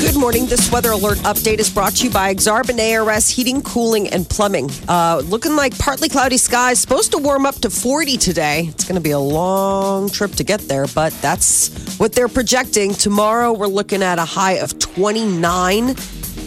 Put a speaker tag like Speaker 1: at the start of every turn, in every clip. Speaker 1: Good morning. This weather alert update is brought to you by Exarban ARS Heating, Cooling, and Plumbing. Uh, looking like partly cloudy skies. Supposed to warm up to 40 today. It's going to be a long trip to get there, but that's what they're projecting. Tomorrow, we're looking at a high of 29.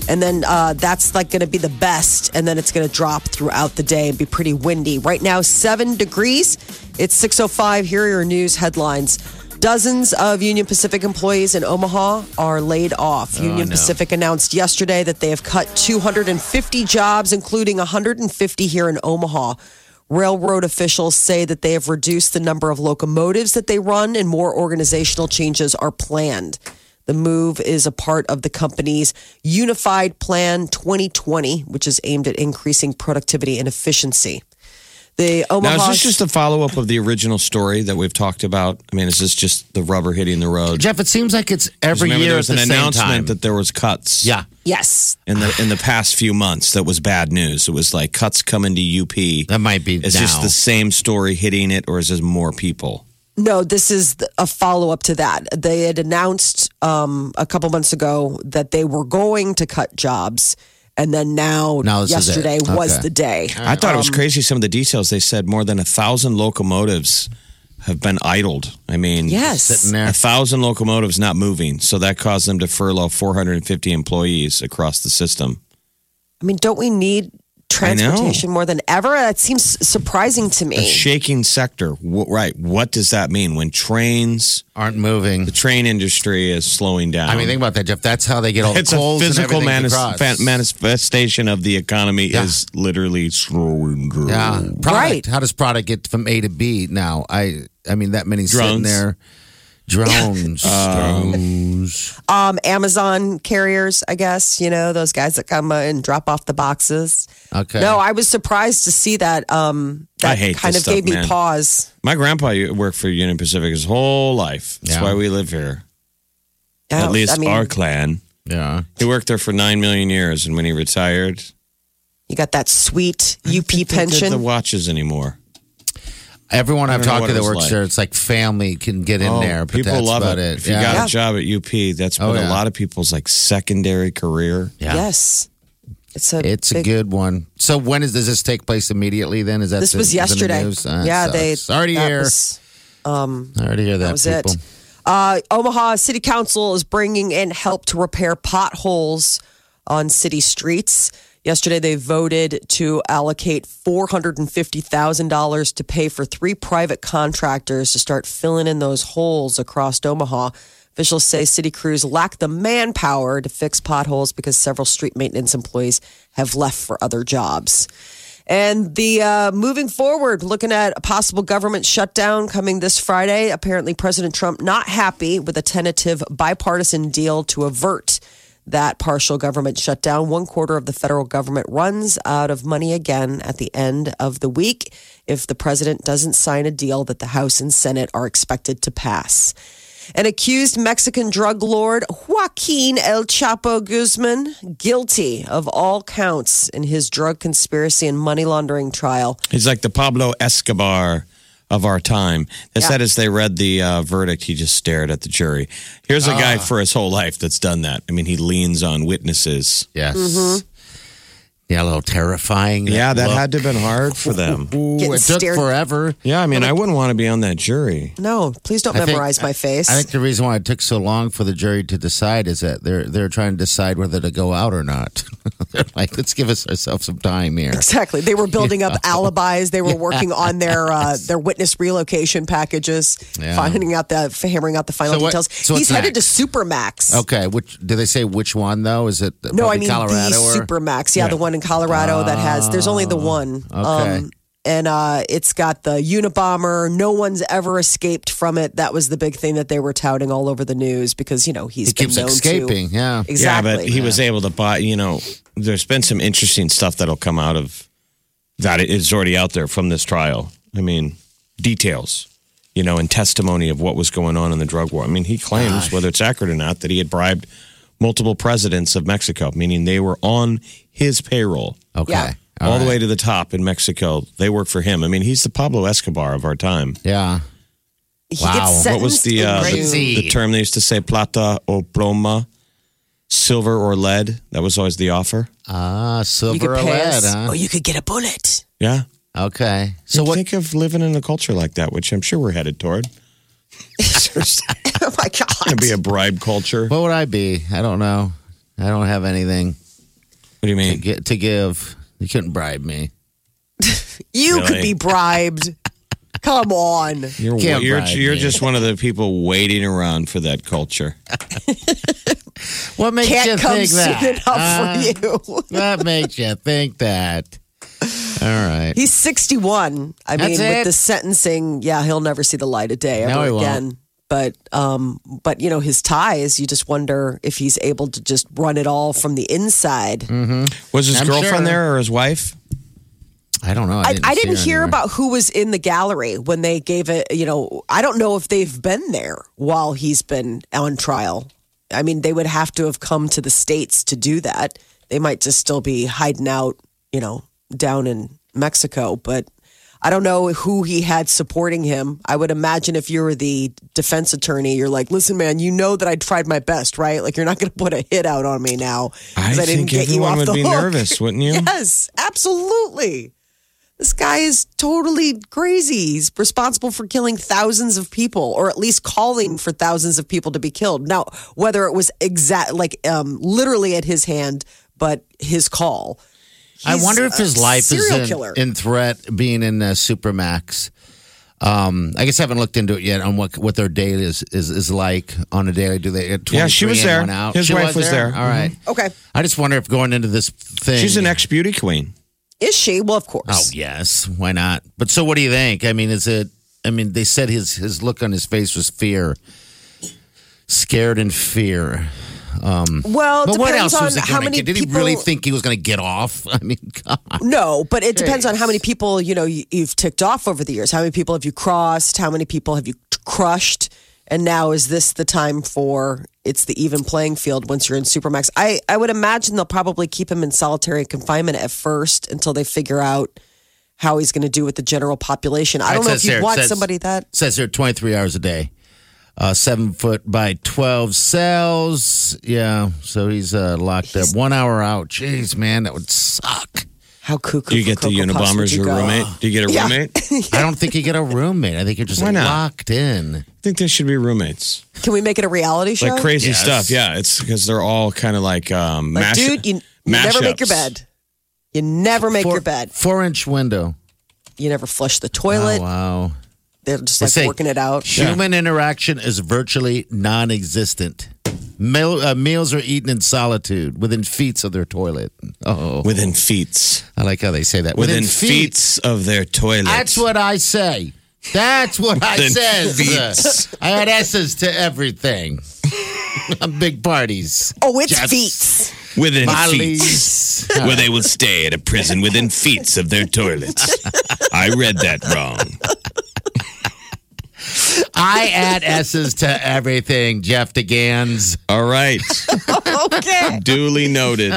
Speaker 1: And then uh, that's like going to be the best. And then it's going to drop throughout the day and be pretty windy. Right now, seven degrees. It's 6.05. Here are your news headlines. Dozens of Union Pacific employees in Omaha are laid off. Union Pacific announced yesterday that they have cut 250 jobs, including 150 here in Omaha. Railroad officials say that they have reduced the number of locomotives that they run, and more organizational changes are planned. The move is a part of the company's Unified Plan 2020, which is aimed at increasing productivity and efficiency. The Omaha
Speaker 2: Now, is this just a follow up of the original story that we've talked about? I mean, is this just the rubber hitting the road?
Speaker 3: Jeff, it seems like it's
Speaker 2: 'Cause
Speaker 3: every
Speaker 2: remember
Speaker 3: year
Speaker 2: there
Speaker 3: at
Speaker 2: was
Speaker 3: the
Speaker 2: an
Speaker 3: same
Speaker 2: announcement
Speaker 3: time.
Speaker 2: that there was cuts.
Speaker 3: yeah,
Speaker 1: yes,
Speaker 2: In the in the past few months, that was bad news. It was like cuts coming to UP.
Speaker 3: that might be
Speaker 2: Is
Speaker 3: now.
Speaker 2: this the same story hitting it, or is this more people?
Speaker 1: No, this is th- a follow up to that. They had announced um, a couple months ago that they were going to cut jobs, and then now,
Speaker 3: Now this is it.
Speaker 1: yesterday was
Speaker 3: Okay.
Speaker 1: the day.
Speaker 2: I thought it was crazy.
Speaker 3: um,
Speaker 2: Some of the details they said more than a thousand locomotives have been idled. I mean,
Speaker 1: Yes,
Speaker 3: sitting there.
Speaker 2: A thousand locomotives not moving, so that caused them to furlough 450 employees across the system.
Speaker 1: I mean, don't we need transportation more than ever? That seems surprising to
Speaker 2: A
Speaker 1: me.
Speaker 2: shaking sector, Wh- right? What does that mean when trains,
Speaker 3: Aren't moving.
Speaker 2: the train industry is slowing down?
Speaker 3: I mean, think about that, Jeff. That's how they get all the
Speaker 2: it's a
Speaker 3: coals
Speaker 2: physical
Speaker 3: and everything
Speaker 2: manis-
Speaker 3: across.
Speaker 2: fa- manifestation of the economy
Speaker 3: Yeah.
Speaker 2: is literally slowing down.
Speaker 3: Yeah, product.
Speaker 1: Right.
Speaker 3: How does product get from A to B now? I I mean that many
Speaker 2: Drones.
Speaker 3: sitting there. Drones. drones.
Speaker 1: Um, Amazon carriers, I guess you know those guys that come uh, and drop off the boxes.
Speaker 3: Okay.
Speaker 1: No, I was surprised to see that. Um,
Speaker 2: I
Speaker 1: that
Speaker 2: hate
Speaker 1: kind of
Speaker 2: this stuff,
Speaker 1: gave me
Speaker 2: man.
Speaker 1: pause.
Speaker 2: My grandpa worked for Union Pacific his whole life. That's
Speaker 3: Yeah.
Speaker 2: why we live here.
Speaker 1: I
Speaker 2: At
Speaker 1: don't-
Speaker 2: least
Speaker 1: I mean,
Speaker 2: our clan.
Speaker 3: yeah.
Speaker 2: He worked there for nine million years, and when he retired,
Speaker 1: you got that sweet UP
Speaker 2: they did the
Speaker 1: pension.
Speaker 2: watches anymore.
Speaker 3: Everyone I've
Speaker 2: don't know
Speaker 3: talked
Speaker 2: what
Speaker 3: to
Speaker 2: it
Speaker 3: that
Speaker 2: was
Speaker 3: works
Speaker 2: like.
Speaker 3: there, it's like family can get in
Speaker 2: Oh,
Speaker 3: there. But
Speaker 2: people
Speaker 3: that's
Speaker 2: love
Speaker 3: about
Speaker 2: it.
Speaker 3: it.
Speaker 2: If you
Speaker 3: Yeah.
Speaker 2: got a job at UP, that's been
Speaker 3: Oh,
Speaker 2: a
Speaker 3: yeah.
Speaker 2: lot of people's like secondary career.
Speaker 3: Yeah.
Speaker 1: Yes, it's a
Speaker 3: It's a
Speaker 1: big
Speaker 3: good one. So when is does this take place immediately? Then is that
Speaker 1: This
Speaker 3: the-
Speaker 1: was
Speaker 3: is in the
Speaker 1: yesterday.
Speaker 3: news? Ah, it
Speaker 1: yeah, they
Speaker 3: sucks. already
Speaker 1: that
Speaker 3: here.
Speaker 1: was- um,
Speaker 3: already hear that.
Speaker 1: that was
Speaker 3: people.
Speaker 1: it. Uh, Omaha City Council is bringing in help to repair potholes on city streets. Yesterday, they voted to allocate four hundred and fifty thousand dollars to pay for three private contractors to start filling in those holes across Omaha. Officials say city crews lack the manpower to fix potholes because several street maintenance employees have left for other jobs. And the uh, moving forward, looking at a possible government shutdown coming this Friday. Apparently, President Trump not happy with a tentative bipartisan deal to avert that partial government shutdown. One quarter of the federal government runs out of money again at the end of the week if the president doesn't sign a deal that the House and Senate are expected to pass. An accused Mexican drug lord, Joaquin El Chapo Guzman, guilty of all counts in his drug conspiracy and money laundering trial.
Speaker 2: He's like the Pablo Escobar of our time. They said as they read the uh, verdict, he just stared at the jury. Here's a guy for his whole life that's done that. I mean, he leans on witnesses.
Speaker 3: Yes.
Speaker 1: Mm-hmm.
Speaker 3: Yeah, a little terrifying.
Speaker 2: Yeah, that
Speaker 3: look.
Speaker 2: had to have been hard for them.
Speaker 3: Ooh,
Speaker 1: Getting
Speaker 3: it took
Speaker 1: stared-
Speaker 3: forever.
Speaker 2: Yeah, I mean, I wouldn't want to be on that jury.
Speaker 1: No, please don't
Speaker 3: I think-
Speaker 1: memorize my face.
Speaker 3: I think the reason why it took so long for the jury to decide is that they're they're trying to decide whether to go out or not. They're like, let's give us ourselves some time here.
Speaker 1: Exactly. They were building up alibis. They were working on their uh, their witness relocation packages,
Speaker 3: Yeah.
Speaker 1: finding out the hammering out the final
Speaker 3: So what-
Speaker 1: details.
Speaker 3: so
Speaker 1: He's
Speaker 3: what's
Speaker 1: headed to
Speaker 3: next?
Speaker 1: Supermax.
Speaker 3: Okay, which do they say which one though? Is it
Speaker 1: No, I
Speaker 3: probably
Speaker 1: mean
Speaker 3: Colorado
Speaker 1: the
Speaker 3: or Oh,
Speaker 1: Supermax. Yeah, the one in Colorado that has. There's only the one. Um,
Speaker 3: okay.
Speaker 1: and uh, it's got the Unabomber. No one's ever escaped from it. That was the big thing that they were touting all over the news because you know he's
Speaker 3: he keeps
Speaker 1: been known
Speaker 3: escaping?
Speaker 1: To,
Speaker 3: Yeah.
Speaker 1: Exactly.
Speaker 2: Yeah, but he was able to buy, you know, there's been some interesting stuff that'll come out of that is already out there from this trial. I mean, details, you know, and testimony of what was going on in the drug war. I mean, he claims, whether it's accurate or not, that he had bribed multiple presidents of Mexico, meaning they were on his payroll
Speaker 3: Okay. Uh,
Speaker 1: Yeah.
Speaker 2: Oh, all, the way to the top in Mexico. They work for him. I mean, he's the Pablo Escobar of our time.
Speaker 3: Yeah.
Speaker 1: He
Speaker 3: Wow.
Speaker 1: gets
Speaker 3: What
Speaker 2: What was
Speaker 1: sentenced
Speaker 2: the,
Speaker 1: in
Speaker 2: uh,
Speaker 1: June.
Speaker 2: the the term they used to say? Plata o ploma, silver or lead. That was always the offer.
Speaker 3: Ah,
Speaker 1: you could
Speaker 3: silver or
Speaker 1: pay
Speaker 3: lead,
Speaker 1: us,
Speaker 3: huh?
Speaker 1: or you could get a bullet.
Speaker 2: Yeah.
Speaker 3: Okay. So
Speaker 2: And
Speaker 3: what?
Speaker 2: Think of living in a culture like that, which I'm sure we're headed toward. There's
Speaker 1: oh my
Speaker 2: going
Speaker 1: god!
Speaker 2: to be a bribe culture. What
Speaker 3: What would I be? I don't know. I don't have anything
Speaker 2: do you
Speaker 3: to
Speaker 2: mean?
Speaker 3: get to give. You couldn't bribe me.
Speaker 1: you could be
Speaker 2: Really?
Speaker 1: bribed. Come on.
Speaker 2: You're
Speaker 3: Can't
Speaker 2: you're,
Speaker 3: bribe
Speaker 2: you're
Speaker 3: me.
Speaker 2: just one of the people waiting around for that culture.
Speaker 3: What makes you
Speaker 1: Can't come
Speaker 3: think
Speaker 1: soon
Speaker 3: that? Uh,
Speaker 1: enough for you.
Speaker 3: what makes you think that? All right.
Speaker 1: He's 61. I
Speaker 3: That's
Speaker 1: mean,
Speaker 3: it.
Speaker 1: with the sentencing, yeah, he'll never see the light of day
Speaker 3: No,
Speaker 1: ever
Speaker 3: he won't.
Speaker 1: again. But um, but you know his ties. You just wonder if he's able to just run it all from the inside.
Speaker 2: Was his
Speaker 3: I'm
Speaker 2: girlfriend
Speaker 3: sure.
Speaker 2: there or his wife?
Speaker 3: I don't know.
Speaker 1: I, I didn't
Speaker 3: see her
Speaker 1: hear
Speaker 3: anywhere.
Speaker 1: about who was in the gallery when they gave it. You know, I don't know if they've been there while he's been on trial. I mean, they would have to have come to the states to do that. They might just still be hiding out, you know, down in Mexico. But I don't know who he had supporting him. I would imagine if you were the defense attorney, you're like, "Listen, man, you know that I tried my best, right? Like, you're not going to put a hit out on me now
Speaker 2: I,
Speaker 1: because I, didn't
Speaker 2: think
Speaker 1: get you
Speaker 2: everyone
Speaker 1: off
Speaker 2: would
Speaker 1: the
Speaker 2: be
Speaker 1: hook."
Speaker 2: nervous, wouldn't you?
Speaker 1: Yes, absolutely. This guy is totally crazy. He's responsible for killing thousands of people, or at least calling for thousands of people to be killed. Now, whether it was exact, like um, literally at his hand, but his call.
Speaker 3: I
Speaker 1: He's
Speaker 3: wonder if
Speaker 1: a
Speaker 3: his life is
Speaker 1: serial
Speaker 3: in,
Speaker 1: killer.
Speaker 3: in threat being in uh, Supermax. Um, I guess I haven't looked into it yet on what what their day is is, is like on a daily. Do they? At
Speaker 2: Yeah, she was
Speaker 3: 23 and
Speaker 2: there.
Speaker 3: one Out?
Speaker 2: His
Speaker 3: She
Speaker 2: wife was there. Mm-hmm.
Speaker 3: All right.
Speaker 1: okay,
Speaker 3: I just wonder if going into this thing,
Speaker 2: She's an ex beauty queen.
Speaker 1: is she? Well, of course.
Speaker 3: Oh yes, why not? But so, what do you think? I mean, is it? I mean, they said his his look on his face was fear, scared and fear.
Speaker 1: Well, it
Speaker 3: But what
Speaker 1: depends
Speaker 3: else
Speaker 1: on
Speaker 3: was it
Speaker 1: how
Speaker 3: going to
Speaker 1: many
Speaker 3: get? Did he
Speaker 1: people.
Speaker 3: really think he was going to get off? I mean, God.
Speaker 1: No, but it depends on how many people you know you- you've ticked off over the years. How many people have you crossed? How many people have you t- crushed? And now is this the time for it's the even playing field once you're in supermax? I I would imagine they'll probably keep him in solitary confinement at first until they figure out how he's going to do with the general population. I don't know
Speaker 3: It
Speaker 1: if
Speaker 3: says
Speaker 1: you
Speaker 3: here-
Speaker 1: want
Speaker 3: says-
Speaker 1: somebody that
Speaker 3: says here 23 hours a day, uh, seven foot by 12 cells. Yeah, so he's uh, locked up. One hour out. Jeez, man, that would suck.
Speaker 1: how cuckoo.
Speaker 2: Do you
Speaker 1: for
Speaker 2: get the
Speaker 1: Cocoa Puffs would
Speaker 2: Unabomber's
Speaker 1: you
Speaker 2: your
Speaker 1: go?
Speaker 2: roommate? Do you get a
Speaker 1: Yeah.
Speaker 2: roommate? I
Speaker 3: I don't think you get a roommate. I think you're just
Speaker 2: Why not?
Speaker 3: locked in.
Speaker 2: think they should be roommates.
Speaker 1: Can we make it a reality show?
Speaker 2: Like crazy
Speaker 3: Yes.
Speaker 2: stuff. Yeah, it's because they're all kind of like, um,
Speaker 1: Like,
Speaker 2: mash-
Speaker 1: dude, you, you never make your
Speaker 2: mashups.
Speaker 1: bed. You never make
Speaker 3: Four-
Speaker 1: your bed.
Speaker 3: Four inch window.
Speaker 1: You never flush the
Speaker 3: Oh,
Speaker 1: toilet.
Speaker 3: wow.
Speaker 1: They're just
Speaker 3: They
Speaker 1: like
Speaker 3: say-
Speaker 1: working it out.
Speaker 3: Human interaction is virtually non existent. Meal, uh, meals are eaten in solitude within feet of their toilet. Oh,
Speaker 2: Within feet.
Speaker 3: I like how they say that.
Speaker 2: Within, feet of their toilet.
Speaker 3: That's what I say. That's what I
Speaker 2: Then
Speaker 3: says.
Speaker 2: feet.
Speaker 3: I add S's to everything. I'm big parties.
Speaker 1: Oh, it's
Speaker 3: Just-
Speaker 1: feet.
Speaker 2: within feet.
Speaker 3: Molly's.
Speaker 2: Where they will stay at a prison within feet of their toilets. I read that wrong.
Speaker 3: I add S's to everything, Jeff DeGans.
Speaker 2: All right.
Speaker 1: Okay.
Speaker 2: Duly noted.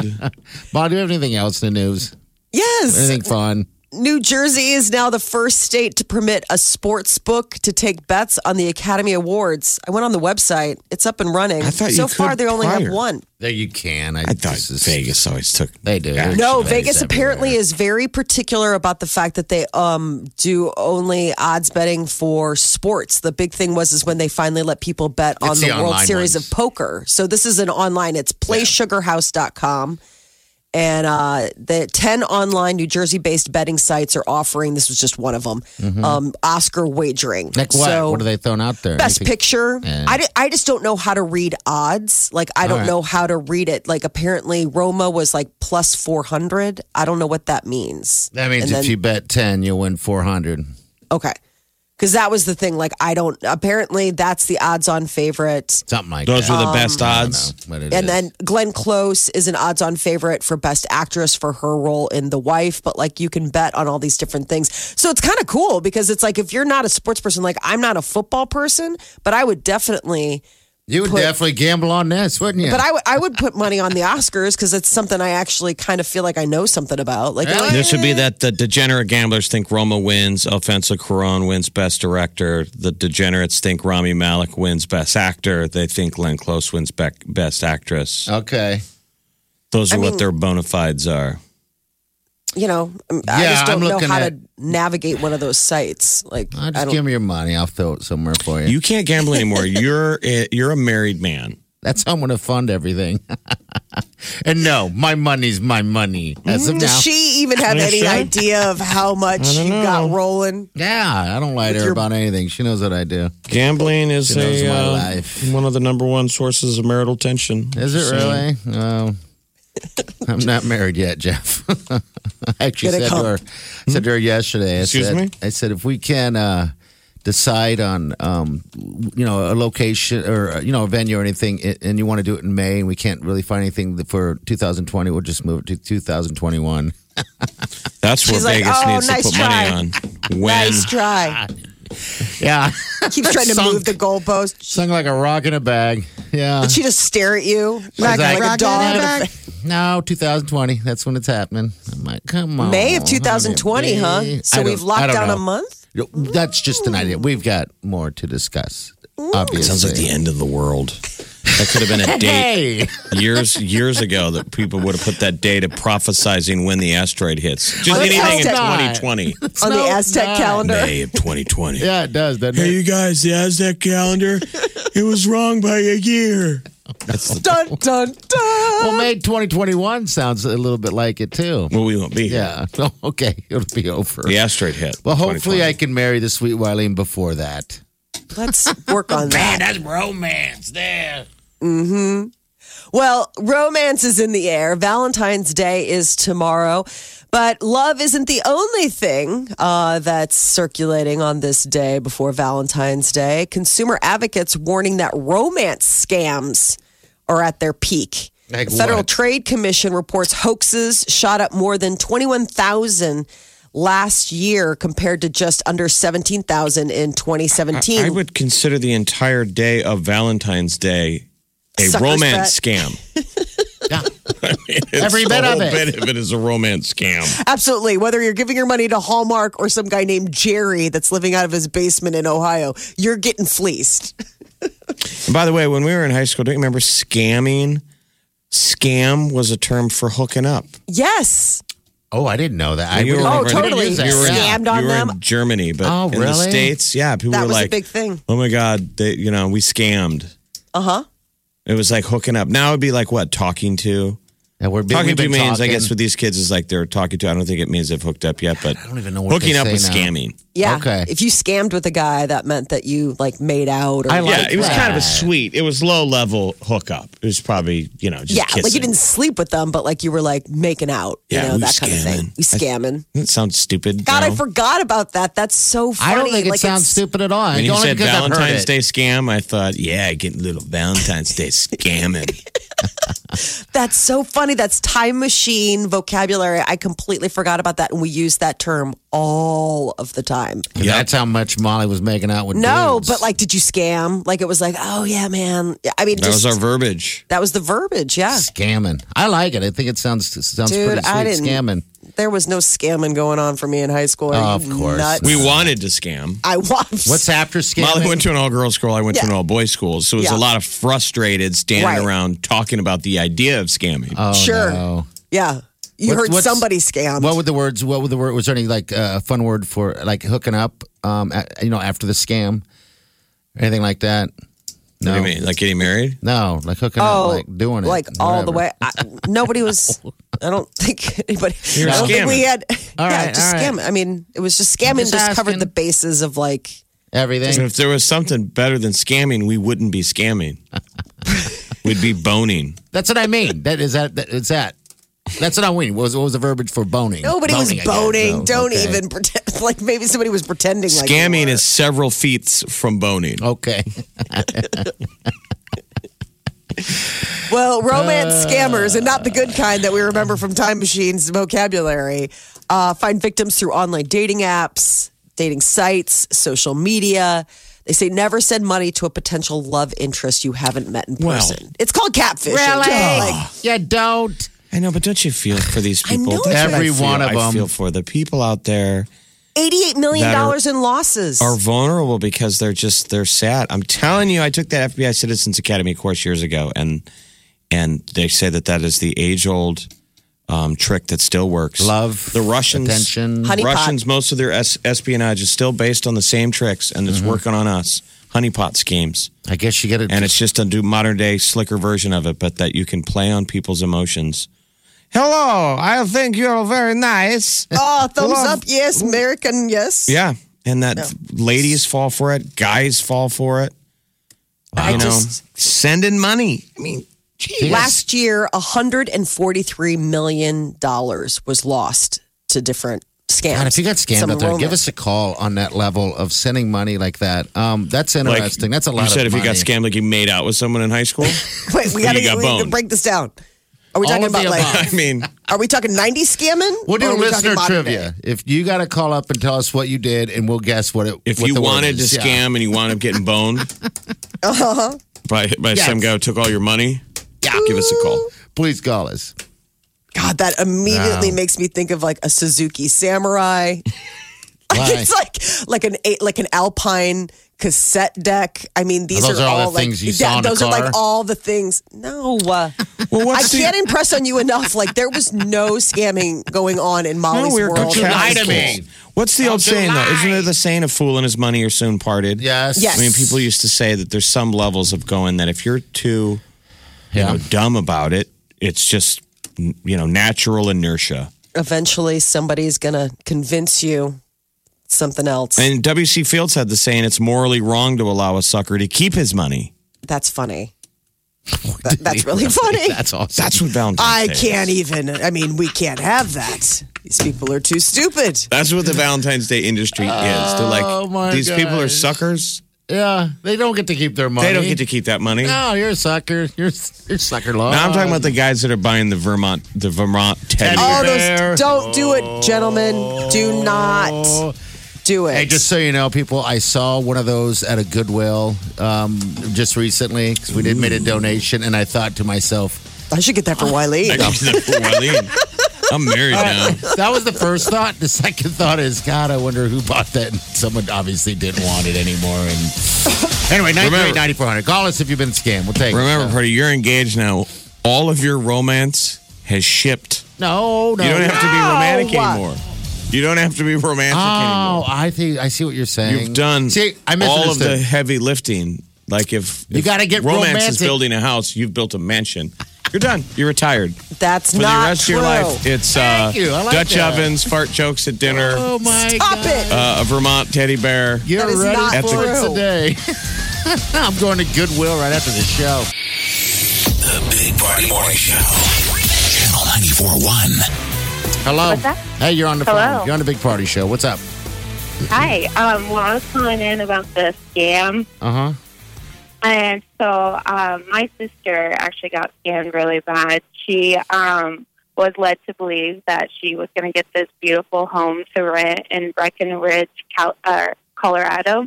Speaker 3: Bob, do you have anything else in the news?
Speaker 1: yes.
Speaker 3: Anything fun?
Speaker 1: New Jersey is now the first state to permit a sports book to take bets on the Academy Awards. I went on the website. It's up and running.
Speaker 2: I thought
Speaker 1: so
Speaker 2: you
Speaker 1: far
Speaker 2: could
Speaker 1: they only have
Speaker 2: prior.
Speaker 1: one.
Speaker 3: There you can.
Speaker 2: I thought
Speaker 3: this is-
Speaker 2: Vegas always took.
Speaker 3: They do.
Speaker 2: Yeah.
Speaker 1: No,
Speaker 3: Action
Speaker 1: Vegas
Speaker 3: plays
Speaker 1: apparently
Speaker 3: everywhere.
Speaker 1: is very particular about the fact that they um, do only odds betting for sports. The big thing was is when they finally let people bet on
Speaker 3: It's
Speaker 1: the,
Speaker 3: the
Speaker 1: World
Speaker 3: online
Speaker 1: Series
Speaker 3: ones.
Speaker 1: of Poker. So this is an online. It's playsugarhouse.com. And uh, the 10 online New Jersey based betting sites are offering, this was just one of them, um, Oscar wagering.
Speaker 3: Like Mm-hmm. what?
Speaker 1: So-
Speaker 3: what are they throwing out there?
Speaker 1: best
Speaker 3: Anything-
Speaker 1: picture. I, di- I just don't know how to read odds. Like, I don't
Speaker 3: right.
Speaker 1: know how to read it. Like, apparently, Roma was like plus 400. I don't know what that means.
Speaker 3: That means
Speaker 1: And
Speaker 3: if
Speaker 1: then-
Speaker 3: you bet ten, you win four hundred.
Speaker 1: Okay. Because that was the thing. Like, I don't, apparently, that's the odds on favorite.
Speaker 3: Something like
Speaker 2: Those
Speaker 3: that.
Speaker 2: were the best odds.
Speaker 1: And then Glenn Close is an odds on favorite for best actress for her role in The Wife, but like you can bet on all these different things. So it's kind of cool because it's like if you're not a sports person, like I'm not a football person, but I would definitely
Speaker 3: you would definitely gamble on this, wouldn't you?
Speaker 1: But I would I would put money on the Oscars because it's something I actually kind of feel like I know something about. Like, you're like,
Speaker 2: This would be that the degenerate gamblers think Roma wins, Offensive Cuaron wins Best Director. The degenerates think Rami Malik wins Best Actor. They think Len Close wins bec- Best
Speaker 3: Oh.
Speaker 2: Actress.
Speaker 3: okay.
Speaker 2: Those are
Speaker 1: I mean-
Speaker 2: what their bona fides are.
Speaker 1: you know, um, I
Speaker 3: Yeah,
Speaker 1: just don't
Speaker 3: I'm
Speaker 1: know
Speaker 3: looking
Speaker 1: how
Speaker 3: at-
Speaker 1: to navigate one of those sites. Like,
Speaker 3: I'll
Speaker 1: I
Speaker 3: just
Speaker 1: don't.
Speaker 3: give me your money. I'll throw it somewhere for you.
Speaker 2: You can't gamble anymore. you're a, you're a married man.
Speaker 3: That's how I'm going to fund everything. and no, my money's my money as of
Speaker 1: Does
Speaker 3: now.
Speaker 1: Mm, she even have any idea of how much you got rolling?
Speaker 3: yeah, I don't lie to her about anything. She knows what I do.
Speaker 2: Gambling is
Speaker 3: knows
Speaker 2: a,
Speaker 3: my
Speaker 2: uh,
Speaker 3: life.
Speaker 2: one of the number one sources of marital tension.
Speaker 3: Is it really? Oh, I'm not married yet, Jeff. I actually
Speaker 1: Get Hmm? it
Speaker 3: said to her, I said to her yesterday. I
Speaker 2: Excuse
Speaker 3: said,
Speaker 2: me?
Speaker 3: I said if we can uh, decide on um, you know a location or you know a venue or anything, a- and you want to do it in May, and we can't really find anything for 2020, we'll just move it to 2021.
Speaker 2: That's where
Speaker 1: She's like,
Speaker 2: Vegas
Speaker 1: "Oh,
Speaker 2: needs
Speaker 1: nice
Speaker 2: to put
Speaker 1: try."
Speaker 2: money on. When
Speaker 1: Nice try.
Speaker 3: Yeah,
Speaker 1: Keeps trying to move the goalpost.
Speaker 3: sung like a rock in a bag. Yeah.
Speaker 1: She just stare at you
Speaker 3: I
Speaker 1: like,
Speaker 3: was like,
Speaker 1: like a dog. at a-
Speaker 3: No, 2020. That's when it's happening. I'm like, come on.
Speaker 1: May of 2020, huh?
Speaker 3: honey,
Speaker 1: So
Speaker 3: Oh, I
Speaker 1: we've
Speaker 3: don't- I
Speaker 1: locked
Speaker 3: don't
Speaker 1: down a
Speaker 3: know.
Speaker 1: month.
Speaker 3: That's just an idea. We've got more to discuss. Obviously,
Speaker 2: sounds like the end of the world. That could have been a date
Speaker 3: Hey,
Speaker 2: years years ago that people would have put that date of prophesizing when the asteroid hits. Just
Speaker 1: On the
Speaker 2: anything in
Speaker 3: Aztec.
Speaker 2: 2020.
Speaker 1: On the
Speaker 3: No,
Speaker 1: Aztec
Speaker 3: not.
Speaker 1: calendar,
Speaker 2: May of 2020.
Speaker 3: yeah, it does. Doesn't it?
Speaker 2: guys, the Aztec calendar, it was wrong by a year.
Speaker 1: dun dun dun.
Speaker 3: Well, May 2021 sounds a little bit like it too.
Speaker 2: Well, we won't be here.
Speaker 3: Yeah. Oh, Okay, it'll be over.
Speaker 2: The asteroid hit.
Speaker 3: Well, hopefully,
Speaker 2: 2020.
Speaker 3: I can marry the sweet Wileen before that.
Speaker 1: Let's work on that.
Speaker 3: that's romance there.
Speaker 1: Well, romance is in the air. Valentine's Day is tomorrow, but love isn't the only thing uh, that's circulating on this day before Valentine's Day. Consumer advocates warning that romance scams are at their peak.
Speaker 3: Like
Speaker 1: the Federal
Speaker 3: what?
Speaker 1: Trade Commission reports hoaxes shot up more than 21,000 last year compared to just under 17,000 in 2017.
Speaker 2: I would consider the entire day of Valentine's Day a
Speaker 1: Sucker's
Speaker 2: romance scam.
Speaker 3: Yeah.
Speaker 2: It's
Speaker 3: Every
Speaker 2: the
Speaker 3: bit of
Speaker 2: whole
Speaker 3: it.
Speaker 2: bit of it is a romance scam.
Speaker 1: Absolutely. Whether you're giving your money to Hallmark or some guy named Jerry that's living out of his basement in Ohio, you're getting fleeced.
Speaker 2: And by the way, when we were in high school, don't you remember scamming? Scam was a term for hooking up.
Speaker 1: Yes.
Speaker 3: Oh, I didn't know that. I
Speaker 2: You
Speaker 3: would-
Speaker 2: were
Speaker 1: Oh,
Speaker 2: over in-
Speaker 1: totally.
Speaker 2: you were in-
Speaker 1: Scammed on
Speaker 2: you were
Speaker 1: them.
Speaker 2: in Germany, but
Speaker 3: Oh,
Speaker 2: in the
Speaker 3: really?
Speaker 2: states, yeah, people
Speaker 1: That
Speaker 2: were
Speaker 1: was a
Speaker 2: like,
Speaker 1: big thing.
Speaker 2: "Oh my god, they, you know, we scammed."
Speaker 1: Uh huh.
Speaker 2: It was like hooking up. Now it'd be like what talking to.
Speaker 3: Yeah, we're,
Speaker 2: Talking
Speaker 3: we've
Speaker 2: to
Speaker 3: been
Speaker 2: means, I
Speaker 3: talking.
Speaker 2: guess, with these kids is like they're talking to. I don't think it means they've hooked up yet, but
Speaker 3: I don't even know what
Speaker 2: hooking
Speaker 3: they
Speaker 2: up
Speaker 3: say
Speaker 2: with
Speaker 3: now.
Speaker 2: scamming.
Speaker 1: Yeah.
Speaker 3: Okay.
Speaker 1: If you scammed with a guy, that meant that you like made out or
Speaker 3: I like
Speaker 2: Yeah, it was kind of a
Speaker 3: that.
Speaker 2: sweet. It was low level hookup. It was probably you know just
Speaker 1: yeah, like you
Speaker 2: kissing.
Speaker 1: didn't sleep with them, but like you were like making out,
Speaker 2: Yeah,
Speaker 1: you know,
Speaker 2: we
Speaker 1: that kind of thing.
Speaker 2: scamming.
Speaker 1: You scamming.
Speaker 2: That sounds stupid.
Speaker 1: God, I
Speaker 2: no?
Speaker 1: forgot about that. That's so funny.
Speaker 3: I don't think it
Speaker 1: like
Speaker 3: sounds
Speaker 1: it's-
Speaker 3: stupid at all.
Speaker 2: When you
Speaker 3: Only
Speaker 2: said
Speaker 3: because I've heard
Speaker 2: Valentine's
Speaker 3: it.
Speaker 2: Day scam, I thought, yeah, getting a little Valentine's Day scamming.
Speaker 1: That's so funny. That's time machine vocabulary. I completely forgot about that, and we use that term all of the time.
Speaker 3: And That's how much Molly was making out with.
Speaker 1: No,
Speaker 3: dudes.
Speaker 1: but like, did you scam? Like, it was like, oh yeah, man. I mean,
Speaker 2: That
Speaker 1: just,
Speaker 2: was our verbiage.
Speaker 1: that was the verbiage. Yeah,
Speaker 3: scamming. I like it. I think it sounds sounds
Speaker 1: dude,
Speaker 3: pretty sweet.
Speaker 1: I didn't.
Speaker 3: Scamming.
Speaker 1: There was no scamming going on for me in high school. Are
Speaker 3: Of
Speaker 1: you
Speaker 3: course.
Speaker 1: nuts?
Speaker 2: We wanted to scam.
Speaker 1: I was.
Speaker 3: What's after scamming?
Speaker 2: Molly went to an all girls school. I went to an all boys school. So it was
Speaker 1: Yeah.
Speaker 2: a lot of frustrated standing
Speaker 1: Right.
Speaker 2: around talking about the idea of scamming.
Speaker 3: Oh,
Speaker 1: Sure.
Speaker 3: no.
Speaker 1: Yeah, you
Speaker 3: What-
Speaker 1: heard
Speaker 3: what's-
Speaker 1: somebody scammed.
Speaker 3: What were the words? What were the word? Was there any like uh, fun word for like hooking up? Um, a- you know, after the scam, anything like that?
Speaker 2: What
Speaker 3: No,
Speaker 2: do you mean? Like getting married?
Speaker 3: no, like hooking up, like doing it,
Speaker 1: Oh, like all the
Speaker 3: whatever.
Speaker 1: way. I, nobody was. I don't think anybody.
Speaker 2: You're
Speaker 1: I don't think
Speaker 2: scamming.
Speaker 1: we had.
Speaker 3: All
Speaker 1: yeah,
Speaker 3: right,
Speaker 1: just
Speaker 3: all right.
Speaker 1: scamming. I mean, it was just scamming.
Speaker 3: Just
Speaker 1: Just, covered
Speaker 3: asking.
Speaker 1: the bases of like.
Speaker 2: And
Speaker 3: Everything.
Speaker 2: if there was something better than scamming, we wouldn't be scamming. We'd be boning.
Speaker 3: That's what I mean. That is that. that it's that. That's what I mean. What was, what was the verbiage for boning?
Speaker 1: Nobody was
Speaker 3: Boning, I guess.
Speaker 1: boning.
Speaker 3: Oh,
Speaker 1: don't
Speaker 3: okay.
Speaker 1: even pretend. Like maybe somebody was pretending. Like they
Speaker 2: Scamming
Speaker 1: were.
Speaker 2: is several feet from boning.
Speaker 3: Okay.
Speaker 1: Well, romance
Speaker 3: Uh.
Speaker 1: scammers, and not the good kind that we remember from Time Machine's vocabulary, uh, find victims through online dating apps, dating sites, social media. They say never send money to a potential love interest you haven't met in
Speaker 2: Well.
Speaker 1: person. it's called catfishing. Like,
Speaker 3: you don't.
Speaker 2: I know, but don't you feel for these people?
Speaker 1: know
Speaker 2: That's
Speaker 1: it's
Speaker 2: what I
Speaker 3: Every
Speaker 2: feel.
Speaker 3: one of
Speaker 2: I
Speaker 3: them.
Speaker 2: feel for the people out there
Speaker 1: $88 million
Speaker 2: That are-
Speaker 1: in losses.
Speaker 2: are vulnerable because they're just they're sad. I'm telling you, I took that FBI Citizens Academy course years ago, and and they say that that is the age old um, trick that still works.
Speaker 3: Love.
Speaker 2: the Russians.
Speaker 3: Attention.
Speaker 1: Honey pot.
Speaker 2: Russians, most of their es- espionage is still based on the same tricks, and
Speaker 3: Mm-hmm.
Speaker 2: it's working on us. Honeypot schemes,
Speaker 3: I guess you get it.
Speaker 2: and it's just a new modern day slicker version of it, but that you can play on people's emotions. Hello, I think you're very nice.
Speaker 1: oh, thumbs
Speaker 2: Love.
Speaker 1: up. Yes, American. Yes.
Speaker 2: Yeah, and that ladies fall for it, guys fall for it.
Speaker 1: I
Speaker 2: you know,
Speaker 1: just-
Speaker 2: sending money. I mean, geez.
Speaker 1: Last year, $143 million was lost to different scams.
Speaker 3: God, if you got scammed
Speaker 1: Some
Speaker 3: out there, give
Speaker 1: romance.
Speaker 3: us a call on that level of sending money like that. Um, that's interesting. that's a lot.
Speaker 2: You said if
Speaker 3: of
Speaker 2: you got
Speaker 3: money.
Speaker 2: scammed, like you made out with someone in high school.
Speaker 1: Wait, we
Speaker 2: You
Speaker 1: gotta,
Speaker 2: got
Speaker 1: we gotta
Speaker 2: boned.
Speaker 1: break this down. Are we
Speaker 3: All
Speaker 1: talking
Speaker 3: of the
Speaker 1: about like?
Speaker 2: I mean,
Speaker 1: Are we talking ninety scamming?
Speaker 3: We'll
Speaker 1: Or
Speaker 3: do
Speaker 1: are we talking
Speaker 3: listener
Speaker 1: modern
Speaker 3: trivia. If you got to call up and tell us what you did, and we'll guess what it.
Speaker 2: if
Speaker 3: what
Speaker 2: you
Speaker 3: the word
Speaker 2: wanted to
Speaker 3: is. Yeah.
Speaker 2: scam and you wound up getting boned
Speaker 1: Uh-huh.
Speaker 2: by by some guy who took all your money, yeah, give us a call.
Speaker 3: please call us.
Speaker 1: day? God, that immediately makes me think of like a Suzuki Samurai.
Speaker 3: Why?
Speaker 1: it's like like an eight, like an Alpine cassette deck. I mean, these
Speaker 3: Those
Speaker 1: are,
Speaker 3: are all the
Speaker 1: like
Speaker 3: things you
Speaker 1: yeah,
Speaker 3: saw in a
Speaker 1: those are
Speaker 3: car?
Speaker 1: like all the things. No, uh,
Speaker 2: Well,
Speaker 1: I
Speaker 2: what's the-
Speaker 1: can't impress on you enough. Like there was no scamming going on in Molly's
Speaker 2: we were
Speaker 1: world.
Speaker 2: confused.
Speaker 1: in high
Speaker 3: Lie to
Speaker 1: school.
Speaker 3: me.
Speaker 2: What's the old
Speaker 3: Don't
Speaker 2: saying though? Isn't
Speaker 3: lie.
Speaker 2: there the saying "a fool and his money are soon parted"?
Speaker 3: Yes.
Speaker 1: Yes.
Speaker 2: I mean, people used to say that there's some levels of going that if you're too, you
Speaker 3: Yeah.
Speaker 2: know, dumb about it, it's just you know natural inertia.
Speaker 1: Eventually, somebody's gonna convince you something else.
Speaker 2: And W.C. Fields had the saying, "It's morally wrong to allow a sucker to keep his money."
Speaker 1: That's funny. That- that's really funny.
Speaker 3: That's awesome.
Speaker 2: That's what Valentine's.
Speaker 1: I
Speaker 2: Day is.
Speaker 1: can't even. I mean, we can't have that. These people are too stupid.
Speaker 2: That's what the Valentine's Day industry is. They're like,
Speaker 3: Oh my
Speaker 2: these people are
Speaker 3: gosh.
Speaker 2: suckers.
Speaker 3: yeah, they don't get to keep their money.
Speaker 2: They don't get to keep that money.
Speaker 3: No, you're a sucker. You're you're sucker law.
Speaker 2: Now I'm talking about the guys that are buying the Vermont, the Vermont teddy.
Speaker 3: Oh,
Speaker 1: Oh,
Speaker 2: bear.
Speaker 3: Fair.
Speaker 1: those, don't do it, gentlemen. Do not do it.
Speaker 3: Hey, just so you know, people, I saw one of those at a Goodwill um, just recently because we did made a donation, and I thought to myself,
Speaker 1: I should get that for Wiley.
Speaker 2: I got that for Wileen. I'm married now.
Speaker 3: that was the first thought. The second thought is, God, I wonder who bought that. And someone obviously didn't want it anymore. And anyway,
Speaker 2: Remember-
Speaker 3: 9400. Call us if you've been scammed. We'll take. it.
Speaker 2: Remember, Freddie, you're engaged now. All of your romance has shipped.
Speaker 3: no, no,
Speaker 2: You don't have to be
Speaker 3: no.
Speaker 2: romantic anymore. You don't have to be romantic
Speaker 3: Oh,
Speaker 2: anymore.
Speaker 3: I think I see what you're saying.
Speaker 2: You've done
Speaker 3: See, I
Speaker 2: all of the
Speaker 3: misunderstood.
Speaker 2: heavy lifting. Like if
Speaker 3: You
Speaker 2: if
Speaker 3: gotta get
Speaker 2: romance is
Speaker 3: romantic.
Speaker 2: building a house, you've built a mansion. You're done. You're retired.
Speaker 1: That's
Speaker 2: For
Speaker 1: not
Speaker 2: the rest
Speaker 1: true.
Speaker 2: of your life, it's uh,
Speaker 3: Thank you. I like
Speaker 2: Dutch
Speaker 3: that.
Speaker 2: ovens, fart jokes at dinner,
Speaker 3: Oh my
Speaker 1: Stop
Speaker 3: God.
Speaker 1: it.
Speaker 2: uh, a Vermont teddy bear.
Speaker 3: You're
Speaker 1: That is
Speaker 3: ready
Speaker 1: not
Speaker 3: for it
Speaker 1: true.
Speaker 3: today. I'm going to Goodwill right after the show.
Speaker 4: The Big Party Morning Show. Channel 941.
Speaker 3: Hello.
Speaker 5: What's that?
Speaker 3: Hey, you're on the
Speaker 5: Hello.
Speaker 3: phone. You're on the big party show. What's up?
Speaker 5: Hi. Um, well, I was calling in about the scam.
Speaker 3: Uh huh.
Speaker 5: And so um, my sister actually got scammed really bad. She um, was led to believe that she was going to get this beautiful home to rent in Breckenridge, Cal- uh, Colorado.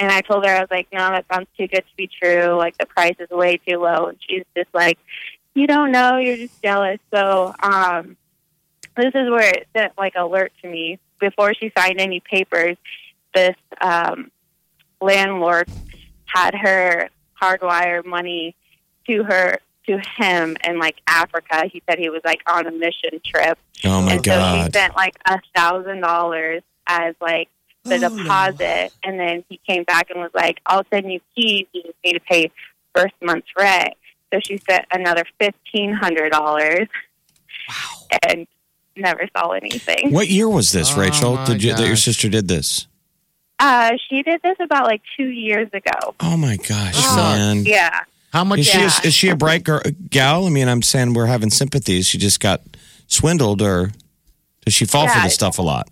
Speaker 5: And I told her, I was like, no, that sounds too good to be true. Like, the price is way too low. And she's just like, you don't know. You're just jealous. So um, this is where it sent, like, alert to me. Before she signed any papers, this um, landlord had her hardwire money to her to him in like Africa. He said he was like on a mission trip,
Speaker 2: Oh my
Speaker 5: and so he
Speaker 2: god!
Speaker 5: sent like a thousand dollars as like the
Speaker 1: Oh, no.
Speaker 5: deposit, and then he came back and was like, "I'll send you keys. You just need to pay first month's rent." So she sent another fifteen hundred dollars. Wow. and never saw anything.
Speaker 2: What year was this,
Speaker 3: Oh,
Speaker 2: Rachel?
Speaker 3: my
Speaker 2: Did you that your
Speaker 3: gosh.
Speaker 2: sister did this?
Speaker 5: Uh, she did this about like two years ago.
Speaker 2: Oh my gosh, man!
Speaker 5: Yeah.
Speaker 3: How much?
Speaker 2: Is she
Speaker 5: Yeah.
Speaker 2: a, is she a bright girl, gal? I mean, I'm saying we're having sympathies. She just got swindled, or does she fall for
Speaker 5: Yeah.
Speaker 2: this stuff a lot?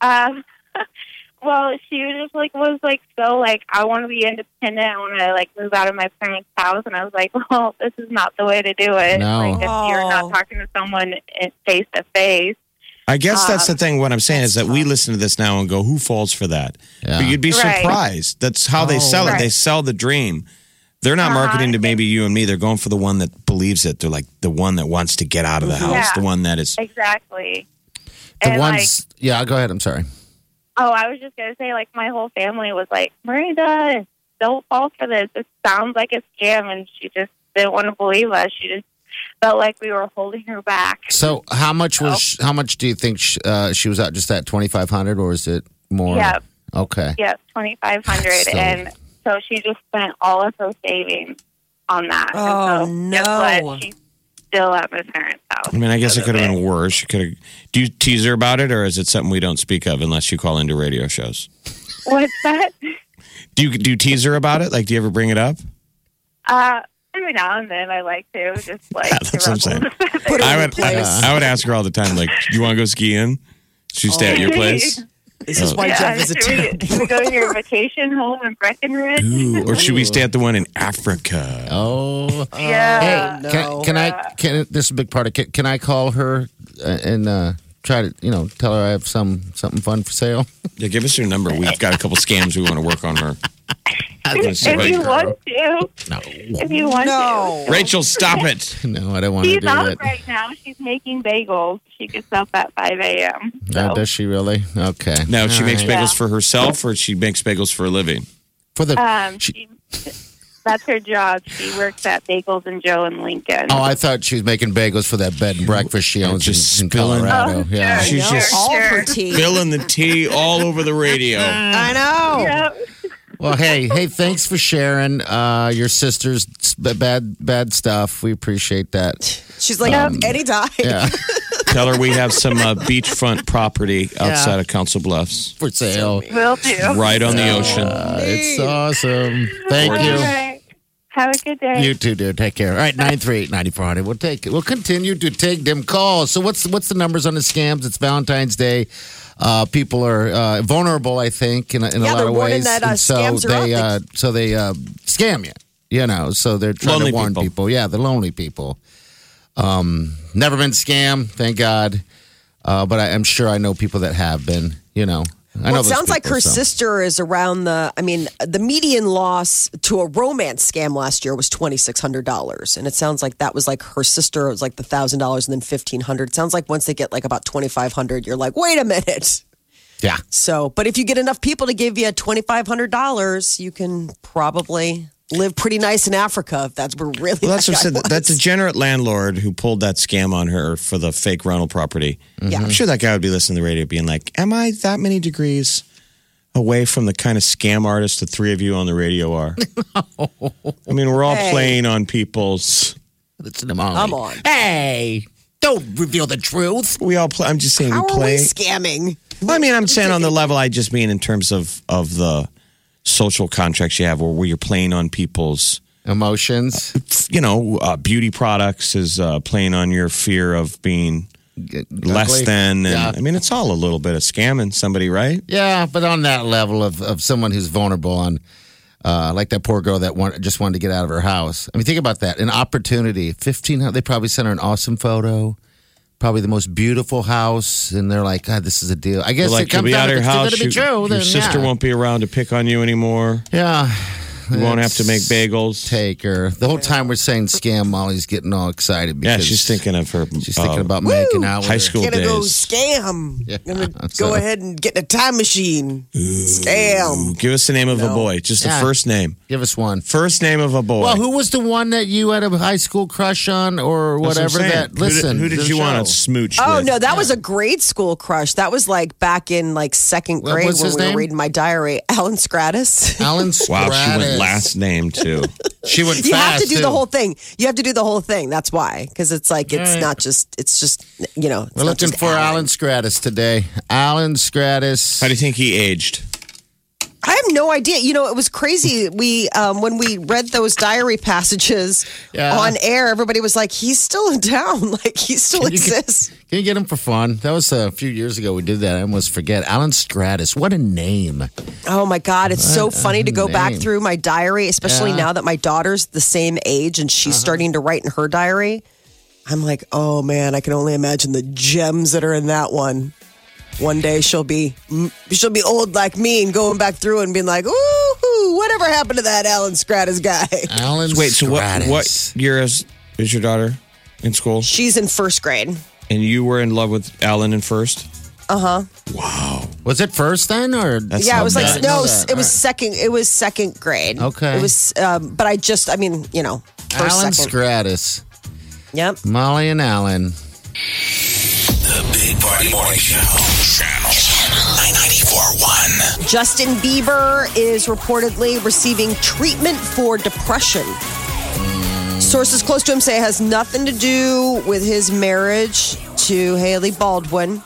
Speaker 5: Um, well, she was just like was like so like I want to be independent. I want to like move out of my parents' house, and I was like, well, this is not the way to do it.
Speaker 3: No.
Speaker 5: Like if you're
Speaker 1: Oh.
Speaker 5: not talking to someone face to face,
Speaker 2: I guess that's the
Speaker 5: Um,
Speaker 2: thing. What I'm saying is that we listen to this now and go, "Who falls for that?"
Speaker 3: Yeah.
Speaker 2: But you'd be
Speaker 5: Right.
Speaker 2: surprised. That's how they
Speaker 3: Oh.
Speaker 2: sell it.
Speaker 5: Right. Uh-huh.
Speaker 2: They sell the dream. They're not marketing to maybe you and me. They're going for the one that believes it. They're like the one that wants to get out of the house.
Speaker 5: Mm-hmm. Yeah.
Speaker 2: The one that is.
Speaker 5: exactly.
Speaker 3: the
Speaker 5: and like,
Speaker 3: ones? yeah, go ahead. I'm sorry.
Speaker 5: oh, I was just gonna say like my whole family was like, Miranda, don't fall for this. It sounds like a scam, and she just didn't want to believe us. She just felt like we were holding her back.
Speaker 3: So how much
Speaker 5: Oh.
Speaker 3: was? sh How much do you think sh uh, she was out? Just that twenty five hundred, or is it more?
Speaker 5: Yeah.
Speaker 3: Okay.
Speaker 5: Yes, twenty five hundred,
Speaker 3: So-
Speaker 5: and so she just spent all of her savings on that.
Speaker 1: Oh,
Speaker 5: and so, guess
Speaker 1: no.
Speaker 5: what? She's still at my parents' house.
Speaker 2: I mean, I guess it
Speaker 5: because
Speaker 2: could
Speaker 5: of
Speaker 2: have been worse. You could have. Do you tease her about it, or is it something we don't speak of unless you call into radio shows?
Speaker 5: What's that?
Speaker 2: Do you do you tease her about it? Like, do you ever bring it up?
Speaker 5: Uh, every now and then, I like to just like.
Speaker 2: Yeah, that's what I'm saying.
Speaker 1: Put it
Speaker 2: I
Speaker 1: in
Speaker 2: would. I,
Speaker 1: place.
Speaker 2: I would ask her all the time. Like, do you want to go skiing? She stay at your place,
Speaker 1: This is why
Speaker 5: yeah,
Speaker 1: Jeff is a
Speaker 5: should we, should we go to your vacation home in Breckenridge?
Speaker 2: or should we stay at the one in Africa?
Speaker 3: Oh.
Speaker 5: Yeah.
Speaker 3: Hey, can, can
Speaker 5: Uh,
Speaker 3: I? Can this is a big part of? Can, can I call her uh, and uh, try to you know tell her I have some something fun for sale?
Speaker 2: Yeah, give us your number. We've got a couple scams we want to work on her.
Speaker 5: if you want to,
Speaker 3: No,
Speaker 5: if you want to.
Speaker 1: No.
Speaker 2: Rachel, stop it.
Speaker 3: no, I don't want to
Speaker 5: She's
Speaker 3: do
Speaker 5: out
Speaker 3: it.
Speaker 5: right now. She's making bagels. She gets up at 5 a.m.
Speaker 3: Oh,
Speaker 5: So.
Speaker 3: does she really? Okay.
Speaker 2: No, she
Speaker 3: All
Speaker 2: makes
Speaker 3: right.
Speaker 2: bagels for herself, or she makes bagels for a living.
Speaker 3: for the.
Speaker 5: Um,
Speaker 3: she-
Speaker 5: she, that's her job. She works at Bagels and Joe in Lincoln.
Speaker 3: Oh, I thought she was making bagels for that bed and breakfast she owns
Speaker 2: Just
Speaker 3: in, in
Speaker 2: spilling-
Speaker 3: Colorado.
Speaker 5: Oh,
Speaker 3: yeah.
Speaker 2: sure. She's just-
Speaker 1: all of her
Speaker 5: Sure.
Speaker 1: teeth.
Speaker 2: Filling the tea all over the radio.
Speaker 1: I know.
Speaker 5: Yep.
Speaker 3: Well, hey, hey, thanks for sharing uh, your sister's s- b- bad bad stuff. We appreciate that.
Speaker 1: She's like, anytime.
Speaker 3: Yeah,
Speaker 2: Tell her we have some uh, beachfront property outside of Council Bluffs,
Speaker 3: for sale.
Speaker 5: Will do.
Speaker 2: right on the ocean.
Speaker 3: Uh, it's awesome. Thank you.
Speaker 5: All right. Have a good day.
Speaker 3: You too, dear. Take care. All right, 938-9400. We'll take it. We'll continue to take them calls. So what's what's the numbers on the scams? It's Valentine's Day. Uh, people are uh, vulnerable, I think, in, a- in
Speaker 1: Yeah,
Speaker 3: a lot
Speaker 1: they're
Speaker 3: of
Speaker 1: warning
Speaker 3: ways.
Speaker 1: that, uh,
Speaker 3: And so
Speaker 1: scams are
Speaker 3: they
Speaker 1: out.
Speaker 3: uh, so they uh, scam you. You know, so they're trying
Speaker 2: Lonely
Speaker 3: to warn
Speaker 2: people.
Speaker 3: people. Yeah, the lonely people. Um, never been scammed, thank God. Uh, but I, I'm sure I know people that have been. You know, I know
Speaker 1: Well, it
Speaker 3: those
Speaker 1: sounds like
Speaker 3: people,
Speaker 1: her
Speaker 3: so.
Speaker 1: sister is around the. I mean, the median loss to a romance scam last year was twenty six hundred dollars, and it sounds like that was like her sister it was like the thousand dollars and then fifteen hundred. Sounds like once they get like about twenty five hundred, you're like, wait a minute.
Speaker 3: Yeah.
Speaker 1: So, but if you get enough people to give you twenty five hundred dollars, you can probably live pretty nice in Africa if that's where really.
Speaker 2: Well, that's
Speaker 1: that
Speaker 2: what I said.
Speaker 1: guy
Speaker 2: That
Speaker 1: was.
Speaker 2: degenerate landlord who pulled that scam on her for the fake rental property.
Speaker 1: Yeah.
Speaker 2: I'm sure that guy would be listening to the radio, being like, "Am I that many degrees away from the kind of scam artist the three of you on the radio are?" I mean, we're all
Speaker 1: Hey.
Speaker 2: playing on people's.
Speaker 3: It's an anomaly.
Speaker 1: Come on.
Speaker 3: Hey, don't reveal the truth.
Speaker 2: We all play. I'm just saying
Speaker 1: How
Speaker 2: we
Speaker 1: are
Speaker 2: play.
Speaker 1: we scamming?
Speaker 2: I mean, I'm saying on the level. I just mean in terms of of the social contracts you have, where where you're playing on people's.
Speaker 3: Emotions.
Speaker 2: You know, uh, beauty products is uh, playing on your fear of being less
Speaker 3: Ugly.
Speaker 2: than. And,
Speaker 3: Yeah.
Speaker 2: I mean, it's all a little bit of scamming somebody, right?
Speaker 3: Yeah, but on that level of, of someone who's vulnerable on, uh, like that poor girl that want, just wanted to get out of her house. I mean, think about that. An opportunity. Fifteen. They probably sent her an awesome photo. Probably the most beautiful house, and they're like, God, this is a deal. I guess
Speaker 2: like
Speaker 3: it
Speaker 2: you'll
Speaker 3: comes
Speaker 2: be
Speaker 3: down
Speaker 2: out of
Speaker 3: if
Speaker 2: your house. your-
Speaker 3: it's still gonna be true.
Speaker 2: your
Speaker 3: then,
Speaker 2: sister
Speaker 3: yeah.
Speaker 2: won't be around to pick on you anymore.
Speaker 3: Yeah.
Speaker 2: You won't have to make bagels.
Speaker 3: Take her. The whole time we're saying scam, Molly's getting all excited
Speaker 2: yeah,
Speaker 3: because
Speaker 2: she's thinking of her.
Speaker 3: she's
Speaker 2: uh,
Speaker 3: thinking about making out with
Speaker 2: high
Speaker 3: her.
Speaker 2: school
Speaker 1: gonna go
Speaker 2: days.
Speaker 1: scam. gonna
Speaker 3: so-
Speaker 1: go ahead and get in a time machine. Scam.
Speaker 2: Give us the name of a boy. Just
Speaker 3: Yeah.
Speaker 2: the first name.
Speaker 3: Give us one.
Speaker 2: First name of a boy.
Speaker 3: Well, who was the one that you had a high school crush on or
Speaker 2: That's what I'm
Speaker 3: whatever
Speaker 2: saying.
Speaker 3: that?
Speaker 2: Who did-
Speaker 3: Listen,
Speaker 2: Who did,
Speaker 3: the
Speaker 2: you
Speaker 3: show.
Speaker 2: want to smooch?
Speaker 1: Oh
Speaker 2: with?
Speaker 1: no, that was a grade school crush. That was like back in like second
Speaker 3: What
Speaker 1: grade
Speaker 3: was
Speaker 1: when
Speaker 3: his
Speaker 1: we
Speaker 3: name?
Speaker 1: were reading my diary. Alan Scratus.
Speaker 3: Alan
Speaker 2: Wow, she went
Speaker 1: is.
Speaker 2: last name too.
Speaker 3: She went
Speaker 1: you
Speaker 3: fast.
Speaker 1: have to do
Speaker 3: too.
Speaker 1: the whole thing. You have to do the whole thing. That's why, because it's like it's
Speaker 3: All right.
Speaker 1: not just. It's just you know. It's
Speaker 3: We're
Speaker 1: not
Speaker 3: looking
Speaker 1: just
Speaker 3: for Alan Stratus today. Alan Stratus.
Speaker 2: How do you think he aged?
Speaker 1: I have no idea. You know, it was crazy. We um, when we read those diary passages
Speaker 3: Yeah.
Speaker 1: on air, everybody was like, "He's still in town. Like he still
Speaker 3: Can you get-
Speaker 1: exists."
Speaker 3: Can you get him for fun? That was a few years ago we did that. I almost forget. Alan Stratus. What a name.
Speaker 1: Oh my God, it's so funny to go back
Speaker 3: name.
Speaker 1: through my diary, especially
Speaker 3: Yeah. Uh-huh.
Speaker 1: now that my daughter's the same age and she's starting to write in her diary. I'm like, oh man, I can only imagine the gems that are in that one. One day she'll be she'll be old like me and going back through and being like, ooh, whatever happened to that Alan Stratus guy?
Speaker 3: Alan
Speaker 2: Wait, so what?
Speaker 3: Stratus.
Speaker 2: What year is is your daughter in school?
Speaker 1: She's in first grade.
Speaker 2: And you were in love with Alan in first.
Speaker 3: Was it first then or?
Speaker 2: That's
Speaker 1: yeah,
Speaker 2: not
Speaker 1: it was
Speaker 2: bad.
Speaker 1: like
Speaker 3: I
Speaker 1: no,
Speaker 3: know
Speaker 1: s-
Speaker 3: that.
Speaker 1: it was
Speaker 3: All
Speaker 1: second. It was second grade.
Speaker 3: Okay.
Speaker 1: it was. Um, but I just, I mean, you know,
Speaker 3: right.
Speaker 1: first
Speaker 3: Alan
Speaker 1: second.
Speaker 3: Stratus.
Speaker 1: yep.
Speaker 3: Molly and Alan.
Speaker 4: The Big Party Morning Show. Channel, Channel one.
Speaker 1: Justin Bieber is reportedly receiving treatment for depression. Sources close to him say it has nothing to do with his marriage to Haley Baldwin.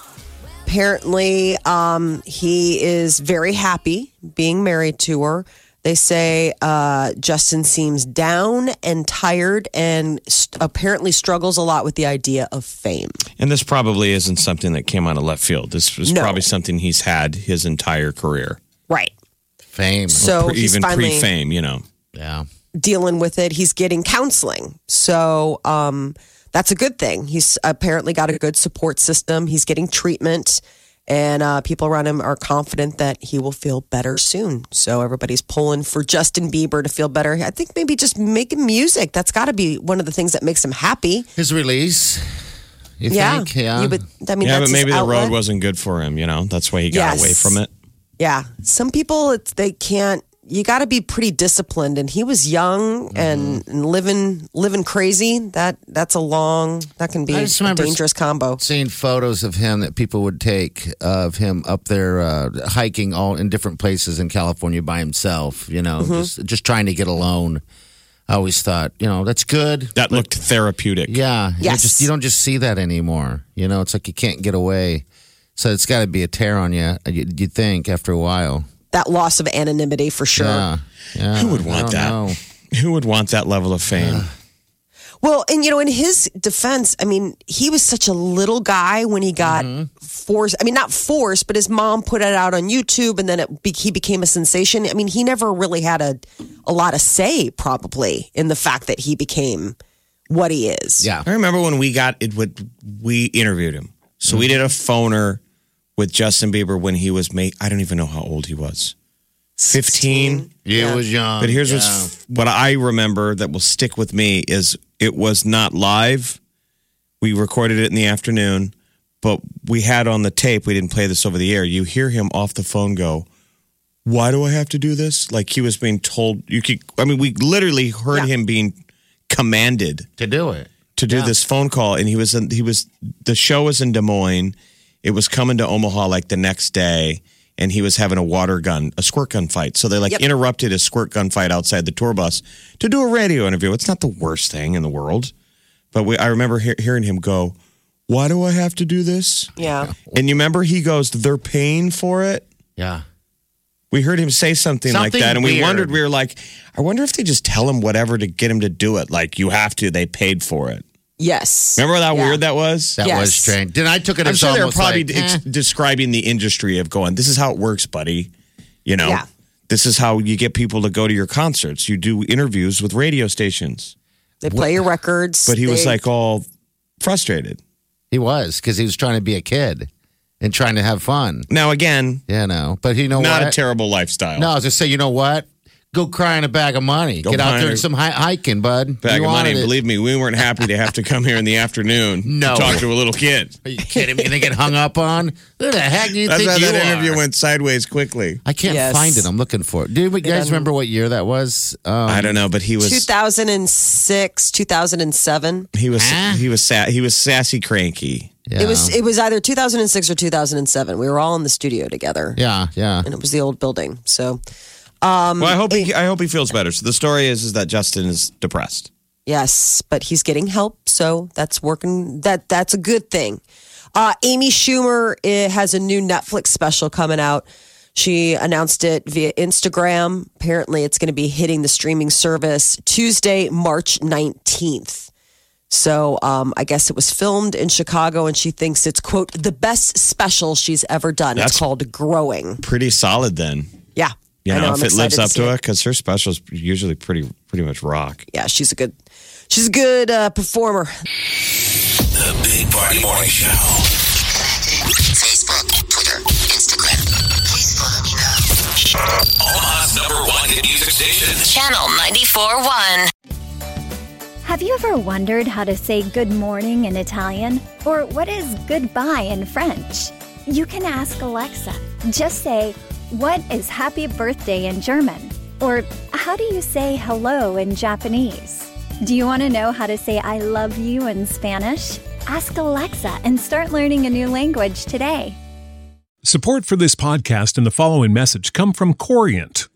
Speaker 1: Apparently, um, he is very happy being married to her. They say uh, Justin seems down and tired and st- apparently struggles a lot with the idea of fame.
Speaker 2: And this probably isn't something that came out of left field. This was
Speaker 1: No.
Speaker 2: probably something he's had his entire career,
Speaker 1: Right.
Speaker 3: Fame.
Speaker 1: So
Speaker 2: Pre-
Speaker 1: Oh, he's
Speaker 2: even
Speaker 1: finally-
Speaker 2: pre-fame. You know,
Speaker 3: yeah.
Speaker 1: dealing with it. He's getting counseling. So um, that's a good thing. He's apparently got a good support system. He's getting treatment, and uh, people around him are confident that he will feel better soon. So everybody's pulling for Justin Bieber to feel better. I think maybe just making music. That's got to be one of the things that makes him happy.
Speaker 3: His release. You
Speaker 1: yeah.
Speaker 3: think? Yeah.
Speaker 1: You would, I mean,
Speaker 2: yeah,
Speaker 1: that's
Speaker 2: but maybe
Speaker 1: his
Speaker 2: the
Speaker 1: outlet.
Speaker 2: road wasn't good for him. You know, that's why he got
Speaker 1: Yes.
Speaker 2: away from it.
Speaker 1: Yeah. Some people, it's, they can't. You got to be pretty disciplined, and he was young and,
Speaker 3: Mm-hmm.
Speaker 1: and living living crazy. That that's a long that can be
Speaker 3: I
Speaker 1: a
Speaker 3: just remember-
Speaker 1: dangerous combo.
Speaker 3: Seen photos of him that people would take of him up there uh, hiking all in different places in California by himself. You know,
Speaker 2: Mm-hmm.
Speaker 3: just just trying to get alone. I always thought, you know, that's good.
Speaker 2: That looked therapeutic.
Speaker 3: Yeah. You
Speaker 1: Yes.
Speaker 3: just you don't just see that anymore. You know, it's like you can't get away. So it's got to be a tear on you. You you'd think after a while.
Speaker 1: That loss of anonymity for sure.
Speaker 3: Yeah. Yeah.
Speaker 2: Who would want
Speaker 3: I don't
Speaker 2: that?
Speaker 3: know.
Speaker 2: Who would want that level of fame?
Speaker 1: Well, and you know, in his defense, I mean, he was such a little guy when he got
Speaker 3: Mm-hmm.
Speaker 1: forced. I mean, not forced, but his mom put it out on YouTube, and then it be, he became a sensation. I mean, he never really had a a lot of say, probably, in the fact that he became what he is.
Speaker 3: Yeah.
Speaker 2: I remember when we got it. Would we interviewed him? So
Speaker 3: Mm-hmm.
Speaker 2: we did a phoner with Justin Bieber when he was made. I don't even know how old he was. Fifteen.
Speaker 3: You was young.
Speaker 2: But here's what's, what I remember that will stick with me is it was not live. We recorded it in the afternoon, but we had on the tape. We didn't play this over the air. You hear him off the phone go, "Why do I have to do this?" Like he was being told. You could. I mean, we literally heard him being commanded
Speaker 3: to do it.
Speaker 2: to do this phone call and he was in, he was the show was in Des Moines. It was coming to Omaha like the next day and he was having a water gun, a squirt gun fight. So they like
Speaker 1: Yep.
Speaker 2: interrupted his squirt gun fight outside the tour bus to do a radio interview. It's not the worst thing in the world, but we I remember hear hearing him go, "Why do I have to do this?"
Speaker 1: Yeah.
Speaker 2: And you remember he goes, "They're paying for it."
Speaker 3: Yeah.
Speaker 2: We heard him say something, like
Speaker 3: Something
Speaker 2: that, and we
Speaker 3: weird.
Speaker 2: wondered. We were like, "I wonder if they just tell him whatever to get him to do it. Like you have to. They paid for it.
Speaker 1: Yes.
Speaker 2: Remember how
Speaker 1: Yeah.
Speaker 2: weird that was?
Speaker 3: That
Speaker 1: Yes.
Speaker 3: was strange. Then I took it
Speaker 2: I'm
Speaker 3: as
Speaker 2: sure they're
Speaker 3: almost
Speaker 2: probably
Speaker 3: like,
Speaker 2: ex-
Speaker 3: eh.
Speaker 2: describing the industry of going, this is how it works, buddy. You know,
Speaker 1: Yeah.
Speaker 2: this is how you get people to go to your concerts. You do interviews with radio stations.
Speaker 1: They play your records.
Speaker 2: But he was
Speaker 1: They-
Speaker 2: like oh, all frustrated.
Speaker 3: He was because he was trying to be a kid and trying to have fun.
Speaker 2: Now, again,
Speaker 3: You know, but you know
Speaker 2: not
Speaker 3: what?
Speaker 2: a terrible lifestyle.
Speaker 3: no, I was just say, you know what? Go cry in a bag of money.
Speaker 2: Go
Speaker 3: Get out
Speaker 2: cry
Speaker 3: there
Speaker 2: in
Speaker 3: and
Speaker 2: a-
Speaker 3: some hi- hiking, bud.
Speaker 2: Bag
Speaker 3: you
Speaker 2: of money.
Speaker 3: wanted it.
Speaker 2: Believe me, we weren't happy to have to come here in the afternoon
Speaker 3: No.
Speaker 2: to talk to a little kid.
Speaker 3: Are you kidding me? They get hung up on. Who the heck do you
Speaker 2: That's
Speaker 3: think
Speaker 2: how
Speaker 3: you
Speaker 2: that
Speaker 3: are?
Speaker 2: interview went sideways quickly.
Speaker 3: I can't
Speaker 1: Yes.
Speaker 3: find it. I'm looking for it. Do you guys remember what year that was? Um,
Speaker 2: I don't know, but he was
Speaker 1: 2006, 2007.
Speaker 2: he was
Speaker 3: Huh?
Speaker 2: he was sa- he was sassy cranky.
Speaker 3: yeah.
Speaker 1: It was it was either 2006 or 2007. We were all in the studio together.
Speaker 3: Yeah, yeah.
Speaker 1: and it was the old building. So
Speaker 3: Um,
Speaker 2: well, I hope he, I hope he feels better. So the story is is that Justin is depressed.
Speaker 1: Yes, but he's getting help, so that's working. That that's a good thing. Uh, Amy Schumer eh, has a new Netflix special coming out. She announced it via Instagram. Apparently, it's going to be hitting the streaming service Tuesday, March nineteenth. So um, I guess it was filmed in Chicago, and she thinks it's quote the best special she's ever done.
Speaker 2: That's-
Speaker 1: it's called Growing.
Speaker 2: Pretty solid then.
Speaker 1: Yeah,
Speaker 2: You
Speaker 1: I
Speaker 2: know,
Speaker 1: I'm
Speaker 2: if it
Speaker 1: excited
Speaker 2: lives up
Speaker 1: see
Speaker 2: to it, because her specials usually pretty pretty much rock.
Speaker 1: yeah, she's a good, she's a good uh, performer.
Speaker 4: The Big Party Morning Show.
Speaker 6: Facebook, Twitter, Instagram. Please follow me now.
Speaker 4: Omaha's number one hit music station.
Speaker 6: Channel 94.1.
Speaker 7: Have you ever wondered how to say good morning in Italian? Or what is goodbye in French? You can ask Alexa. Just say, What is happy birthday in German? Or how do you say hello in Japanese? Do you want to know how to say I love you in Spanish? Ask Alexa and start learning a new language today.
Speaker 8: Support for this podcast and the following message come from Corient.